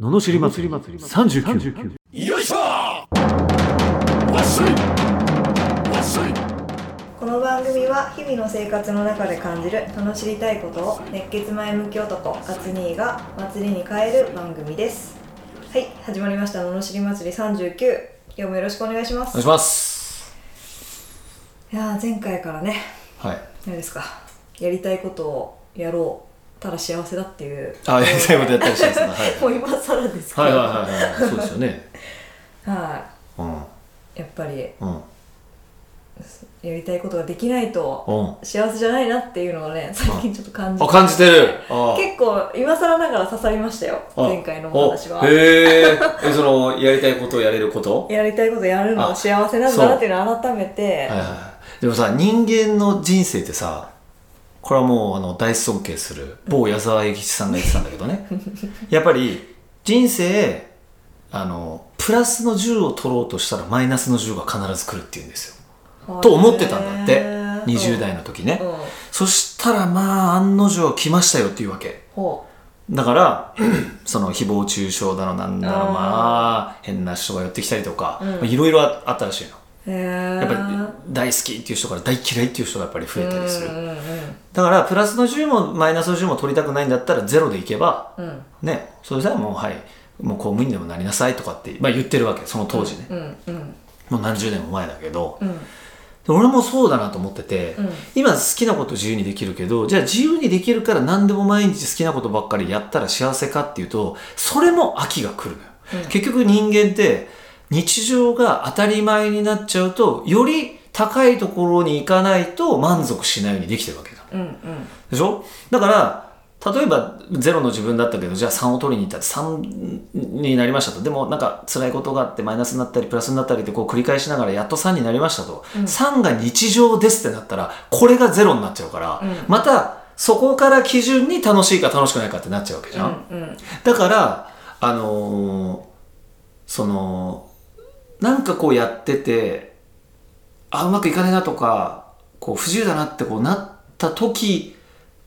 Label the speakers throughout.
Speaker 1: ののしり祭り39
Speaker 2: よいしょわっしょいわっしょい
Speaker 3: この番組は日々の生活の中で感じる楽しりたいことを熱血前向き男ガツニーが祭りに変える番組ですはい始まりました「ののしり祭り39」今日もよろしくお願いしま
Speaker 2: お
Speaker 3: す
Speaker 2: 願いします
Speaker 3: いやー前回からね
Speaker 2: はい
Speaker 3: 何ですかやりたいことをやろうただ幸せだっていう
Speaker 2: あやりたいことやったりしてますねはい
Speaker 3: もう今更ですけど
Speaker 2: はいはいはいはいそうですよね
Speaker 3: は
Speaker 2: うん
Speaker 3: いやっぱり
Speaker 2: うん
Speaker 3: やりたいことができないと
Speaker 2: うん
Speaker 3: 幸せじゃないなっていうのをね最近ちょっと感じ
Speaker 2: あ感じてるあ
Speaker 3: 結構今更ながら刺さりましたよ
Speaker 2: あ
Speaker 3: 前回のお話は
Speaker 2: おへええそのやりたいことをやれること
Speaker 3: やりたいことやるのは幸せなんだなっていうのを改めて
Speaker 2: はいはいでもさ人間の人生ってさこれはもうあの大尊敬する某矢沢永吉さんが言ってたんだけど ねやっぱり人生あのプラスの10を取ろうとしたらマイナスの10が必ず来るっていうんですよと思ってたんだって20代
Speaker 3: の
Speaker 2: の時ね、
Speaker 3: うんうん
Speaker 2: そしたらまあ案の定来ましたよっていうわけ
Speaker 3: ほ
Speaker 2: だから その誹謗中傷だのなんだの
Speaker 3: あー
Speaker 2: まあ変な人が寄ってきたりとか
Speaker 3: うん
Speaker 2: まあいろいろああったらしいの
Speaker 3: うへえや
Speaker 2: やっぱり大好きっていう人から大嫌いっていう人がやっぱり増えたりする
Speaker 3: うんうん
Speaker 2: だからプラスの10もマイナスの10も取りたくないんだったらゼロでいけば
Speaker 3: うんうん
Speaker 2: ねそれじゃあもうはいもう公務員でもなりなさいとかって、まあ、言ってるわけその当時ね、
Speaker 3: うんうん
Speaker 2: もう何十年も前だけど
Speaker 3: うん
Speaker 2: で俺もそうだなと思ってて、
Speaker 3: うん
Speaker 2: 今好きなこと自由にできるけどじゃあ自由にできるから何でも毎日好きなことばっかりやったら幸せかっていうとそれも飽きが来るのよ、
Speaker 3: うん
Speaker 2: 結局人間って日常が当たり前になっちゃうとより高いところに行かないと満足しないようにできてるわけだ
Speaker 3: うんうん
Speaker 2: でしょだから、例えば0の自分だったけど、じゃあ3を取りに行ったら3になりましたと。でもなんか辛いことがあってマイナスになったりプラスになったりってこう繰り返しながらやっと3になりましたと。
Speaker 3: うん
Speaker 2: 3が日常ですってなったら、これが0になっちゃうから、
Speaker 3: うん
Speaker 2: またそこから基準に楽しいか楽しくないかってなっちゃうわけじゃん。
Speaker 3: うんうん
Speaker 2: だから、あのーその、なんかこうやってて、あ、うまくいかねえなとか、こう不自由だなってこうなった時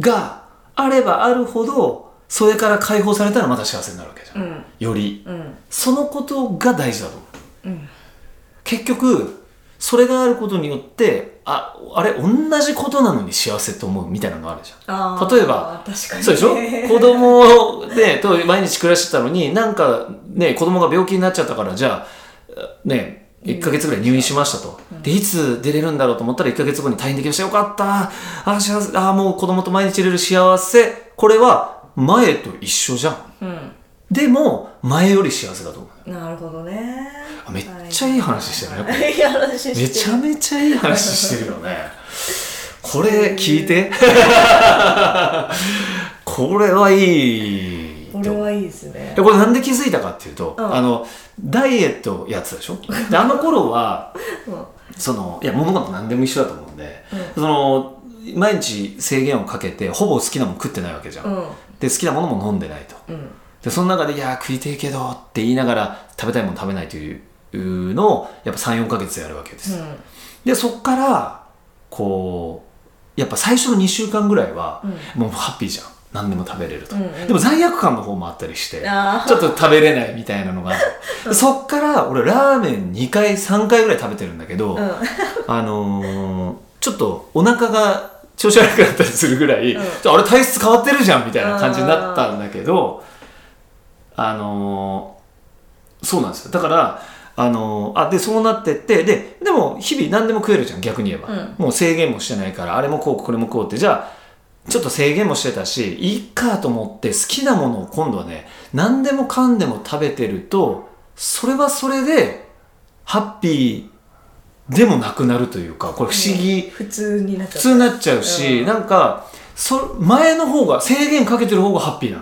Speaker 2: があればあるほど、それから解放されたらまた幸せになるわけじゃん。
Speaker 3: うん
Speaker 2: より。
Speaker 3: うん
Speaker 2: そのことが大事だと思う。
Speaker 3: うん
Speaker 2: 結局、それがあることによって、あ、あれ、同じことなのに幸せと思うみたいなのあるじゃん。
Speaker 3: あー
Speaker 2: 例えば
Speaker 3: 確かに
Speaker 2: そうでしょ 子供で、と毎日暮らしてたのに、なんかね、子供が病気になっちゃったから、じゃあ、ね、1ヶ月ぐらい入院しましたと。で、いつ出れるんだろうと思ったら1ヶ月後に退院できました。よかったあ、幸せ、あ、もう子供と毎日いれる幸せ。これは、前と一緒じゃん。
Speaker 3: うん
Speaker 2: でも、前より幸せだと思う。
Speaker 3: なるほどね
Speaker 2: あめっちゃいい話してるねこ
Speaker 3: ねいい話してる
Speaker 2: めちゃめちゃいい話してるよね。これ、聞い て。これはいい。
Speaker 3: これはいいですね
Speaker 2: でこれなんで気づいたかっていうと、
Speaker 3: うん
Speaker 2: あのダイエットやってたでしょであの頃は
Speaker 3: うん
Speaker 2: そのいや物事何でも一緒だと思うんで、その毎日制限をかけてほぼ好きなもん食ってないわけじゃん、
Speaker 3: うん
Speaker 2: で好きなものも飲んでないと
Speaker 3: うん
Speaker 2: でその中で「いやー食いてえけど」って言いながら食べたいもの食べないというのをやっぱ34ヶ月やるわけです、
Speaker 3: うん
Speaker 2: でそっからこうやっぱ最初の2週間ぐらいは、
Speaker 3: う
Speaker 2: もうハッピーじゃん何でも食べれると、
Speaker 3: うんうん
Speaker 2: でも罪悪感の方もあったりして
Speaker 3: あー
Speaker 2: ちょっと食べれないみたいなのが、 そっから俺ラーメン2回3回ぐらい食べてるんだけど、
Speaker 3: うん
Speaker 2: あのーちょっとお腹が調子悪くなったりするぐらい、
Speaker 3: うん
Speaker 2: ちょあれ体質変わってるじゃんみたいな感じになったんだけどあのーそうなんですよだからあのーあでそうなってってででも日々何でも食えるじゃん逆に言えば、
Speaker 3: うん
Speaker 2: もう制限もしてないからあれもこうこれもこうってじゃあちょっと制限もしてたしいいかと思って好きなものを今度はね何でもかんでも食べてるとそれはそれでハッピーでもなくなるというかこれ不思議、
Speaker 3: 普通になっちゃ
Speaker 2: 普
Speaker 3: う
Speaker 2: 通になっちゃうし、
Speaker 3: うん
Speaker 2: なんかそ前の方が制限かけてる方がハッピーな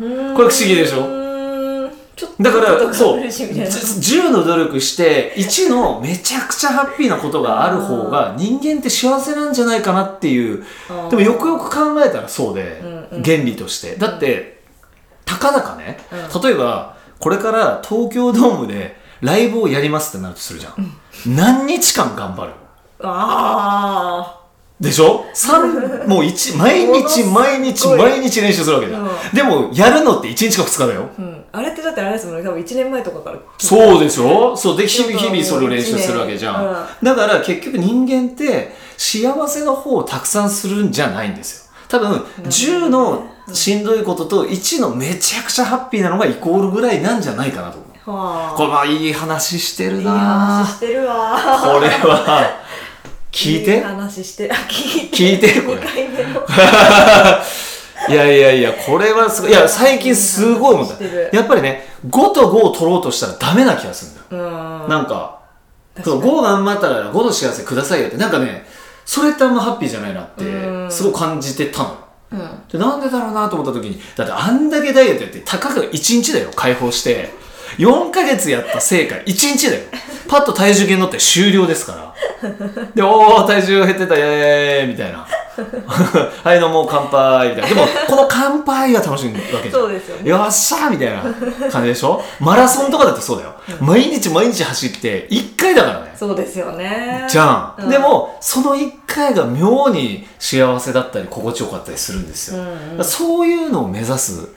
Speaker 2: の
Speaker 3: こ
Speaker 2: これ
Speaker 3: れ
Speaker 2: 不思議でしょ
Speaker 3: ちょっと
Speaker 2: だから
Speaker 3: そ
Speaker 2: そうう
Speaker 3: みたいな
Speaker 2: 10の努力して1のめちゃくちゃハッピーなことがある方が人間って幸せなんじゃないかなっていう
Speaker 3: あー
Speaker 2: でもよくよく考えたらそうで、
Speaker 3: うんうん
Speaker 2: 原理としてだってたかだかね、
Speaker 3: う
Speaker 2: 例えばこれから東京ドームでライブをやりますってなるとするじゃん、何日間頑張る
Speaker 3: あ
Speaker 2: でしょ三もう一毎日
Speaker 3: ものすごい
Speaker 2: 毎日毎日練習するわけじゃん、
Speaker 3: うん
Speaker 2: でもやるのって1日か2日だよ
Speaker 3: うん、あれってだってあれですもんね多分1年前とかから
Speaker 2: そう
Speaker 3: で
Speaker 2: でしょそうで日々
Speaker 3: だ
Speaker 2: 日
Speaker 3: から
Speaker 2: 々それを練習するわけじゃん、
Speaker 3: うん
Speaker 2: だから結局人間って幸せの方をたくさんするんじゃないんですよ多分10のしんどいことと1のめちゃくちゃハッピーなのがイコールぐらいなんじゃないかなと思う
Speaker 3: はあ
Speaker 2: これはいい話してる
Speaker 3: いい
Speaker 2: な
Speaker 3: 話
Speaker 2: ぁ
Speaker 3: してるわ
Speaker 2: これは聞い
Speaker 3: いい
Speaker 2: て
Speaker 3: 話してあ聞いて
Speaker 2: 聞いてこれ
Speaker 3: 2回目の
Speaker 2: いやいやいや、これはすごい。いや、最近すごい思っ
Speaker 3: したてる。
Speaker 2: やっぱりね、5と5を取ろうとしたらダメな気がするんだよ。
Speaker 3: うん
Speaker 2: なんか、
Speaker 3: 確
Speaker 2: そ
Speaker 3: か
Speaker 2: う
Speaker 3: に
Speaker 2: 5頑張ったら5の幸せくださいよって、なんかね、それってあんまハッピーじゃないなっ
Speaker 3: う
Speaker 2: て、
Speaker 3: ん
Speaker 2: すごい感じてたの。
Speaker 3: うん
Speaker 2: で、なんでだろうなと思った時に、だってあんだけダイエットやって、たかが1日だよ、解放して。4ヶ月やった成果、1日だよ。パッと体重計乗って終了ですから。で、おー、体重減ってた、イェーイみたいな。 はい、どうも、乾杯みたいな。でも、この乾杯が楽しいわけじゃん
Speaker 3: そうですよね
Speaker 2: よっしゃーみたいな感じでしょマラソンとかだってそうだよ。毎日毎日走って、1回だからね。
Speaker 3: そうですよね
Speaker 2: じゃん、
Speaker 3: うん
Speaker 2: でもその1回が妙に幸せだったり心地よかったりするんですよ、
Speaker 3: うんうん
Speaker 2: だからそういうのを目指す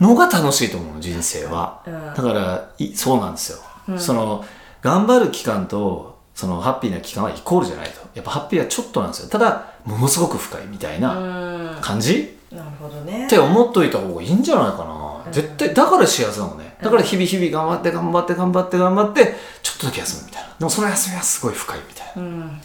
Speaker 2: のが楽しいと思うの人生は、
Speaker 3: うん
Speaker 2: だからいそうなんですよ、その頑張る期間とそのハッピーな期間はイコールじゃないとやっぱハッピーはちょっとなんですよただものすごく深いみたい
Speaker 3: うん
Speaker 2: な
Speaker 3: な
Speaker 2: 感じ、
Speaker 3: るほどね
Speaker 2: って思っといた方がいいんじゃないかな、
Speaker 3: うん
Speaker 2: 絶対だから幸せなのねだから日々日々頑張って頑張って頑張って頑張ってちょっとだけ休むみたいなでもその休みはすごい深いみたいな
Speaker 3: うん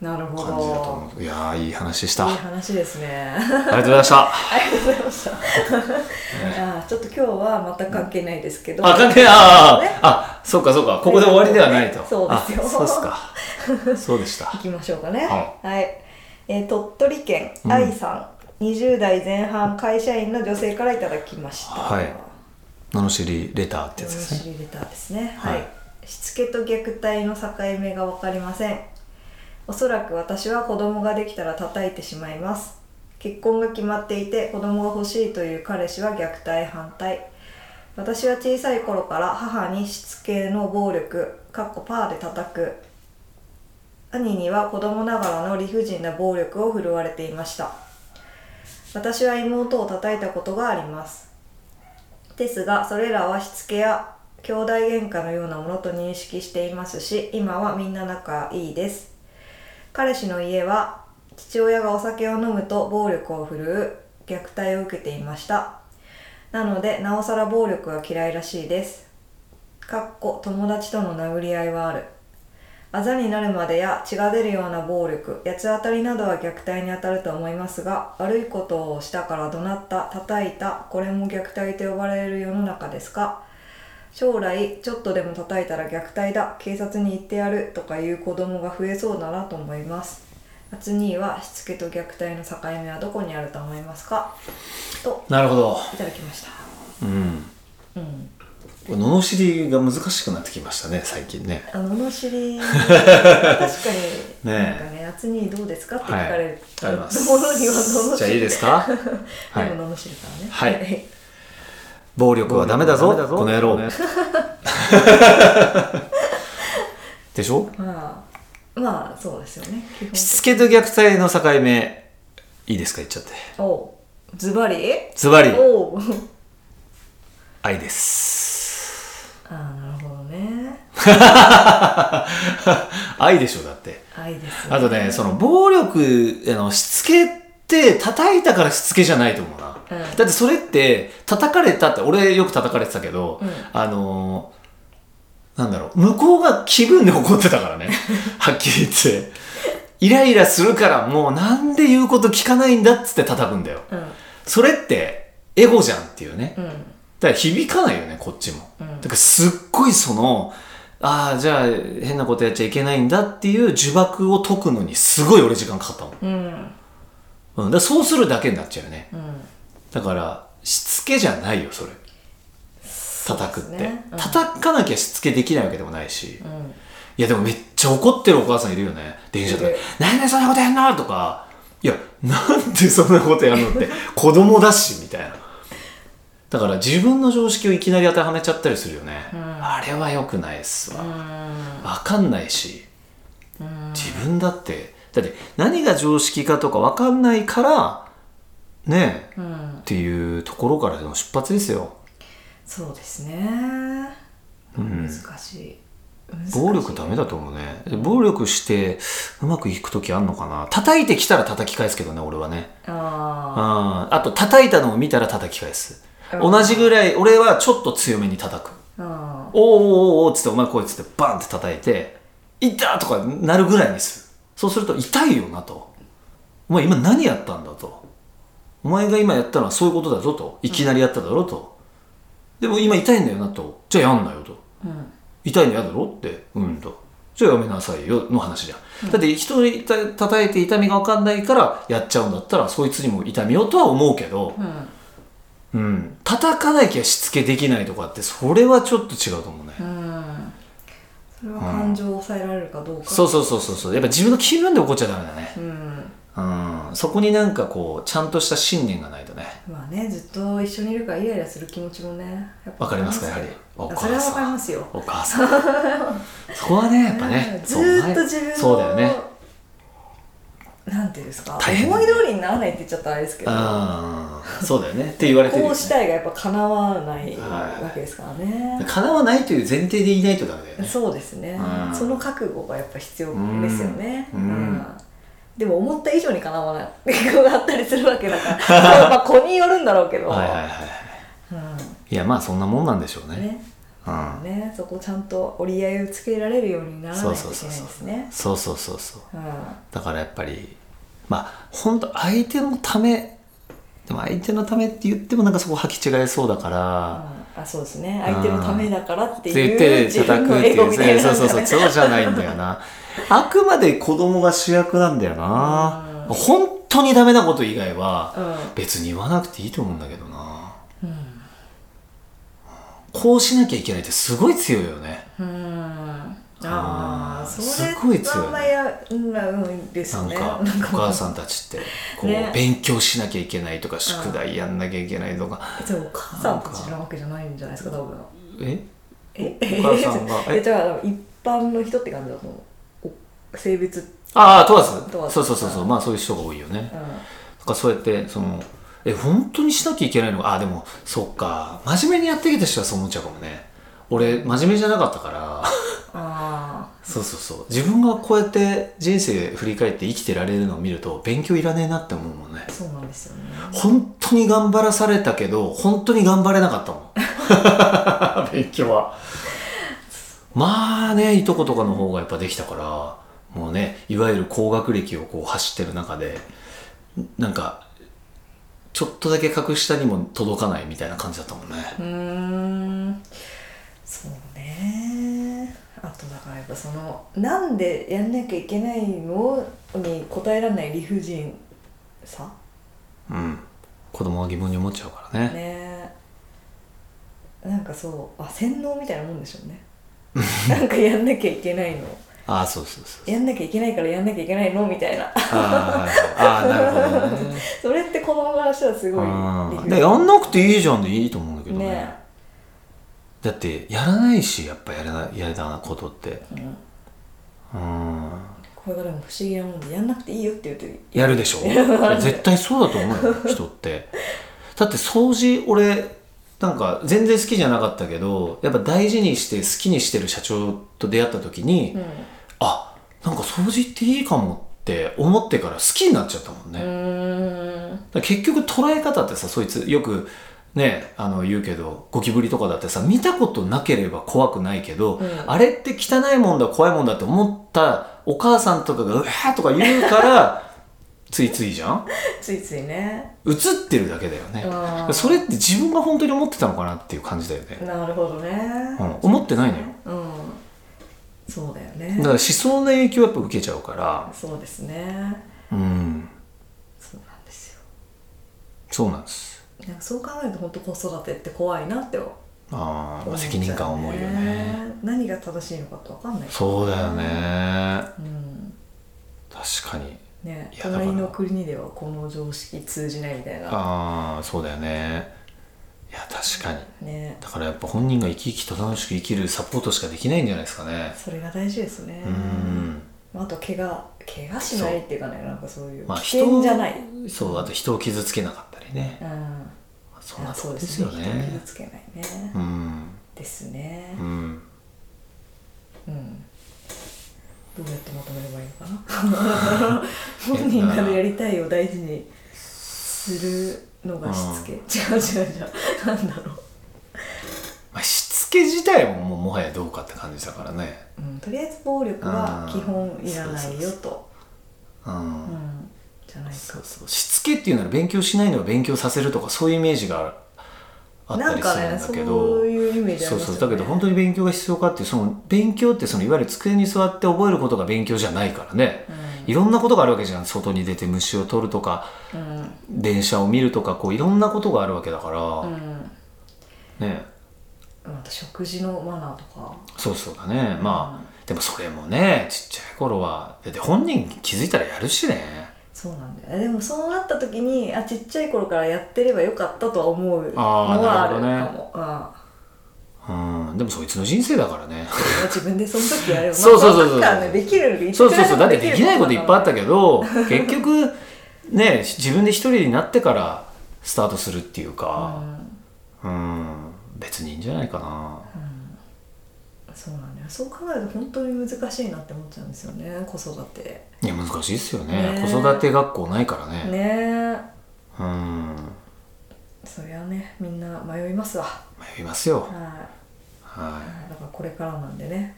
Speaker 3: なるほど
Speaker 2: 感じだと思ういやーいい話でした
Speaker 3: いい
Speaker 2: あ
Speaker 3: 話ですね
Speaker 2: りがとうございま した
Speaker 3: ありがとうございましたあーちょっと今日は全く関係ないですけど
Speaker 2: あ関係あーあそうかそうかここで終わりではないと
Speaker 3: そうですよ
Speaker 2: あそうですかそうでした
Speaker 3: 行きましょうかね。
Speaker 2: は
Speaker 3: はい。えー鳥取県
Speaker 2: うん
Speaker 3: 愛さん、20代前半会社員の女性からいただきました。
Speaker 2: はい罵りレターってやつですね
Speaker 3: 知りレターですね。
Speaker 2: は
Speaker 3: はいい。しつけと虐待の境目が分かりません。おそらく私は子供ができたら叩いてしまいます。結婚が決まっていて子供が欲しいという彼氏は虐待反対。私は小さい頃から母にしつけの暴力、かっこパーで叩く、兄には子供ながらの理不尽な暴力を振るわれていました私は妹を叩いたことがありますですがそれらはしつけや兄弟喧嘩のようなものと認識していますし今はみんな仲いいです彼氏の家は父親がお酒を飲むと暴力を振るう虐待を受けていましたなのでなおさら暴力は嫌いらしいですかっこ友達との殴り合いはあるあざになるまでや血が出るような暴力八つ当たりなどは虐待に当たると思いますが悪いことをしたから怒鳴った叩いたこれも虐待と呼ばれる世の中ですか将来ちょっとでも叩いたら虐待だ警察に行ってやるとかいう子供が増えそうだなと思います初にはしつけと虐待の境目はどこにあると思いますかと
Speaker 2: なるほど
Speaker 3: いただきました
Speaker 2: うん
Speaker 3: うん
Speaker 2: これ罵りが難しくなってきましたね最近ね
Speaker 3: あの罵 り確かに
Speaker 2: ね
Speaker 3: なん
Speaker 2: え
Speaker 3: かね「夏にどうですか?」って聞かれる
Speaker 2: ありがとうございます
Speaker 3: ものには罵り
Speaker 2: じゃあいいです かは
Speaker 3: で
Speaker 2: い
Speaker 3: も罵るからね
Speaker 2: はい暴力はダメだぞこの野郎でしょ
Speaker 3: まあまあそうですよね基本
Speaker 2: しつけと虐待の境目いいですか言っちゃって
Speaker 3: おうズバリ
Speaker 2: ズバリ
Speaker 3: おう
Speaker 2: 愛です
Speaker 3: ああなるほどね
Speaker 2: 愛でしょだって
Speaker 3: 愛です
Speaker 2: あとねその暴力あのしつけって叩いたからしつけじゃないと思うな、
Speaker 3: うん
Speaker 2: だってそれって叩かれたって俺よく叩かれてたけど、
Speaker 3: うん
Speaker 2: あのーなんだろう向こうが気分で怒ってたから ねはっきり言ってイライラするからもうなんで言うこと聞かないんだっつって叩くんだよ
Speaker 3: うん
Speaker 2: それってエゴじゃんっていうね、
Speaker 3: うん
Speaker 2: だから響かないよねこっちも、
Speaker 3: うん
Speaker 2: だからすっごいそのああじゃあ変なことやっちゃいけないんだっていう呪縛を解くのにすごい俺時間かかったもん、
Speaker 3: うん
Speaker 2: うん、だからそうするだけになっちゃうよね
Speaker 3: うん
Speaker 2: だからしつけじゃないよそれ叩くって、
Speaker 3: そうですねうん
Speaker 2: 叩かなきゃしつけできないわけでもないし、
Speaker 3: う
Speaker 2: い
Speaker 3: ん
Speaker 2: やでもめっちゃ怒ってるお母さんいるよね電車とか
Speaker 3: いる
Speaker 2: 「なんでそんなことやんの?」とか「いやなんでそんなことやんの?」 って子供だしみたいなだから自分の常識をいきなり当てはめちゃったりするよね、
Speaker 3: ん
Speaker 2: あれは良くないっすわ
Speaker 3: うん
Speaker 2: 分かんないし
Speaker 3: うん
Speaker 2: 自分だってだって何が常識かとか分かんないからねえ
Speaker 3: うん
Speaker 2: っていうところからの出発ですよ、
Speaker 3: そうですね
Speaker 2: うん
Speaker 3: 難、しい難しい
Speaker 2: 暴力ダメだと思うね暴力してうまくいく時あんのかな叩いてきたら叩き返すけどね俺はね
Speaker 3: あ
Speaker 2: ああと叩いたのを見たら叩き返す
Speaker 3: うん
Speaker 2: 同じぐらい俺はちょっと強めに叩く
Speaker 3: ーあ
Speaker 2: おーおーおーおーっつってお前こいつってバンって叩いて「痛っ!」とかなるぐらいにするそうすると痛いよなとお前今何やったんだとお前が今やったのはそういうことだぞといきなりやっただろと、でも今痛いんだよなとじゃあやんなよと
Speaker 3: ーうん
Speaker 2: 痛いの嫌だろってうんとじゃあやめなさいよの話じゃん、だって人にた叩いて痛みが分かんないからやっちゃうんだったらそいつにも痛みをとは思うけど、
Speaker 3: うん
Speaker 2: うん、叩かなきゃしつけできないとかってそれはちょっと違うと思うね、
Speaker 3: うんそれは感情を抑えられるかどうか
Speaker 2: そうそうそうそうそうやっぱ自分の気分で怒っちゃダメだね
Speaker 3: うん
Speaker 2: うんそこになんかこうちゃんとした信念がないとね
Speaker 3: まあねずっと一緒にいるからイライラする気持ちもねやっぱ
Speaker 2: わかりますかやはりお
Speaker 3: あ
Speaker 2: 母
Speaker 3: それはわかり
Speaker 2: さん
Speaker 3: ますよ
Speaker 2: お母さんそこはねやっぱね
Speaker 3: うんず
Speaker 2: そう
Speaker 3: ーっと自分の
Speaker 2: そうだよね
Speaker 3: なんていうんですか
Speaker 2: 大変
Speaker 3: 思い通りにならないって言っちゃったらあれですけど
Speaker 2: うんそうだよねって言われてるよ
Speaker 3: こ
Speaker 2: ね
Speaker 3: うしたいがやっぱ叶わない
Speaker 2: はい
Speaker 3: わけですからね、
Speaker 2: 叶わないという前提でいないとダメだよね
Speaker 3: そうですね、
Speaker 2: うん
Speaker 3: その覚悟がやっぱ必要ですよね、
Speaker 2: うん
Speaker 3: でも思った以上にかなわないことがあったりするわけだからそ れはまあ子によるんだろうけど、
Speaker 2: はいはいはいはいいやまあそんなもんなんでしょう
Speaker 3: うん
Speaker 2: ね
Speaker 3: ね
Speaker 2: うん
Speaker 3: ね、そこをちゃんと折り合いをつけられるようにならないといけないですね
Speaker 2: そうそうそうそう
Speaker 3: うん
Speaker 2: だからやっぱりまあ本当相手のためでも相手のためって言ってもなんかそこ履き違えそうだから、
Speaker 3: あそうですね相手のためだからって
Speaker 2: 絶
Speaker 3: いう
Speaker 2: 対
Speaker 3: 自
Speaker 2: 叩
Speaker 3: 分
Speaker 2: く
Speaker 3: の
Speaker 2: って
Speaker 3: エ
Speaker 2: い
Speaker 3: ゴ
Speaker 2: う
Speaker 3: みたいな
Speaker 2: そうそうそうそうじゃないんだよなあくまで子供が主役なんだよな、
Speaker 3: うん
Speaker 2: 本当にダメなこと以外は
Speaker 3: うん
Speaker 2: 別に言わなくていいと思うんだけどな
Speaker 3: うん
Speaker 2: こうしなきゃいけないってすごい強いよね
Speaker 3: うんああ
Speaker 2: あー
Speaker 3: それ
Speaker 2: すごい強い
Speaker 3: あんまやうんうんです
Speaker 2: なん
Speaker 3: ね
Speaker 2: かお
Speaker 3: なんか
Speaker 2: 母さんたちってこう
Speaker 3: ね
Speaker 2: 勉強しなきゃいけないとか宿題やんなきゃいけないとか
Speaker 3: じゃあお母さんたちなわけじゃないんじゃないですか多分
Speaker 2: え
Speaker 3: え
Speaker 2: お母さん がえ
Speaker 3: えじゃあ一般の人って感じだと思うお性別
Speaker 2: ああ問わず
Speaker 3: 問わず
Speaker 2: そうそうそうそうまあそういう人が多いよね
Speaker 3: う
Speaker 2: だ
Speaker 3: ん
Speaker 2: からそうやってそのえ本当にしなきゃいけないのかああでもそっか真面目にやってきた人はそう思っちゃうかもね俺真面目じゃなかったから
Speaker 3: あ
Speaker 2: そうそうそう自分がこうやって人生振り返って生きてられるのを見ると勉強いらねえなって思うもんね
Speaker 3: あそうなんですよね
Speaker 2: 本当に頑張らされたけど本当に頑張れなかったもん 勉強はまあねいとことかの方がやっぱできたからもうねいわゆる高学歴をこう走ってる中でなんかちょっとだけ格下にも届かないみたいな感じだったもんね
Speaker 3: うーんそうねあとだからやっぱそのなんでやんなきゃいけないのに答えられない理不尽さ
Speaker 2: うん子供は疑問に思っちゃうからね
Speaker 3: ねなんかそうあ洗脳みたいなもんでしょうねなんかやんなきゃいけないの
Speaker 2: ああそうそうそう
Speaker 3: やんなきゃいけないからやんなきゃいけないのみたいな
Speaker 2: あーあーなるほ どね
Speaker 3: それって子供からしたらすごい
Speaker 2: あ
Speaker 3: 理
Speaker 2: あやんなくていいじゃんでいいと思うんだけどね
Speaker 3: ね
Speaker 2: だってやらないしやっぱやらなやらなことって
Speaker 3: うん
Speaker 2: うん
Speaker 3: これがでも不思議なもんでやんなくていいよって言うと
Speaker 2: やるでしょ絶対そうだと思うよ人ってだって掃除俺なんか全然好きじゃなかったけどやっぱ大事にして好きにしてる社長と出会った時に、
Speaker 3: う
Speaker 2: あなんか掃除っていいかもって思ってから好きになっちゃったもんね、
Speaker 3: んうーん
Speaker 2: だから結局捉え方ってさそいつよくねあの言うけどゴキブリとかだってさ見たことなければ怖くないけど、
Speaker 3: うん
Speaker 2: あれって汚いもんだ怖いもんだって思ったお母さんとかが「うわ!」とか言うから ついついじゃん
Speaker 3: ついついね
Speaker 2: 映ってるだけだよね、
Speaker 3: うん
Speaker 2: それって自分が本当に思ってたのかなっていう感じだよね、
Speaker 3: なるほどね
Speaker 2: うん思ってないのよ
Speaker 3: うんそうだよ
Speaker 2: だ
Speaker 3: ね
Speaker 2: から思想の影響やっぱ受けちゃうから
Speaker 3: そうですね
Speaker 2: うん
Speaker 3: そうなんですよ
Speaker 2: そうなんです
Speaker 3: なんかそう考えると本当子育てって怖いなって思っ
Speaker 2: あー、
Speaker 3: ちゃう
Speaker 2: まあ責任感重いよね
Speaker 3: 何が正しいのかって分かんない
Speaker 2: そうだよね
Speaker 3: うん
Speaker 2: 確かに
Speaker 3: ね
Speaker 2: いやだから
Speaker 3: 隣の国ではこの常識通じないみたいな
Speaker 2: ああそうだよねいや確かに
Speaker 3: ね
Speaker 2: だからやっぱ本人が生き生きと楽しく生きるサポートしかできないんじゃないですかね
Speaker 3: それが大事ですね
Speaker 2: うん
Speaker 3: ままあ、あと怪我怪我しないっていうかねなんかそういう
Speaker 2: まあ
Speaker 3: 危険じゃない、
Speaker 2: そうあと人を傷つけなかったりね、
Speaker 3: うん
Speaker 2: そんな
Speaker 3: あ
Speaker 2: とこですよ
Speaker 3: 人を傷
Speaker 2: ね
Speaker 3: つけないね、
Speaker 2: うん
Speaker 3: ですね
Speaker 2: うん
Speaker 3: うんどうやってまとめればいいのか な本人がやりたいを大事にするのがしつけ、違う違う違うなんだろう、
Speaker 2: まあ、しつけ自体ももうもはやどうかって感じだからね
Speaker 3: うん、とりあえず暴力は基本いらないよと
Speaker 2: うん、
Speaker 3: うんじゃない
Speaker 2: そ
Speaker 3: か
Speaker 2: うそうしつけっていうなら勉強しないのは勉強させるとかそういうイメージがあった
Speaker 3: なん
Speaker 2: りす
Speaker 3: か
Speaker 2: るん
Speaker 3: ね
Speaker 2: だ
Speaker 3: そう
Speaker 2: けど
Speaker 3: いうイメージあ
Speaker 2: そ
Speaker 3: り
Speaker 2: う
Speaker 3: ますよね
Speaker 2: そうだけど本当に勉強が必要かっていうその勉強ってそのいわゆる机に座って覚えることが勉強じゃないからねいろんなことがあるわけじゃん外に出て虫を取るとか
Speaker 3: うん
Speaker 2: 電車を見るとかこういろんなことがあるわけだから
Speaker 3: う、ん
Speaker 2: ね
Speaker 3: また食事のマナーとか
Speaker 2: そうそうだねまあでもそれもねちっちゃい頃はだって本人気づいたらやるしね
Speaker 3: そうなんだよねでもそうなった時にあちっちゃい頃からやってればよかったとは思うの
Speaker 2: あー
Speaker 3: はあるか
Speaker 2: なるほ
Speaker 3: も、うん
Speaker 2: うんでもそいつの人生だから ね
Speaker 3: 自分でその時やれば
Speaker 2: そうそうそうそう
Speaker 3: まあまあサッカーねできるいく
Speaker 2: そう
Speaker 3: ら
Speaker 2: そう
Speaker 3: で
Speaker 2: そう
Speaker 3: も
Speaker 2: だってできないこといっぱいあった
Speaker 3: け
Speaker 2: けど結局ね自分で一人になってからスタートするっていう
Speaker 3: ど、う
Speaker 2: か
Speaker 3: ん
Speaker 2: うん別にいいんじゃないかな
Speaker 3: そうなんだよそう考えると本当に難しいなって思っちゃうんですよね子育て
Speaker 2: いや難しいっすよね
Speaker 3: ね
Speaker 2: 子育て学校ないからね
Speaker 3: ねえ
Speaker 2: うん
Speaker 3: そりゃねみんな迷いますわはい
Speaker 2: 迷いますよ
Speaker 3: はい
Speaker 2: はい
Speaker 3: だからこれからなんでね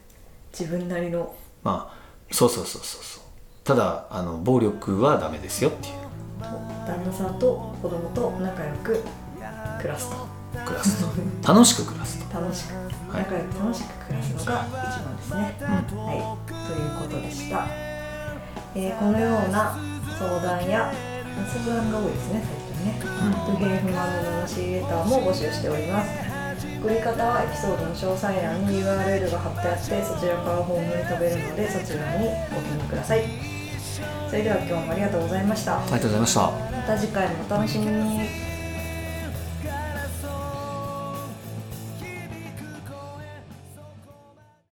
Speaker 3: 自分なりの
Speaker 2: まあそうそうそうそうそうただあの暴力はダメですよっていう
Speaker 3: 旦那さんと子供と仲良く暮らすと
Speaker 2: クラスと楽しく暮らすと
Speaker 3: 楽しく
Speaker 2: はい
Speaker 3: 仲良く楽しく暮らすのが一番ですね、はい、ということでした、えーこのような相談や相談が多いですね最近ね
Speaker 2: うん
Speaker 3: 不平不満の罵りレターも募集しております送り方はエピソードの詳細欄に URL が貼ってあってそちらからホームに飛べるのでそちらにご記入くださいそれでは今日もありがとうございました
Speaker 2: ありがとうございました
Speaker 3: また次回もお楽しみに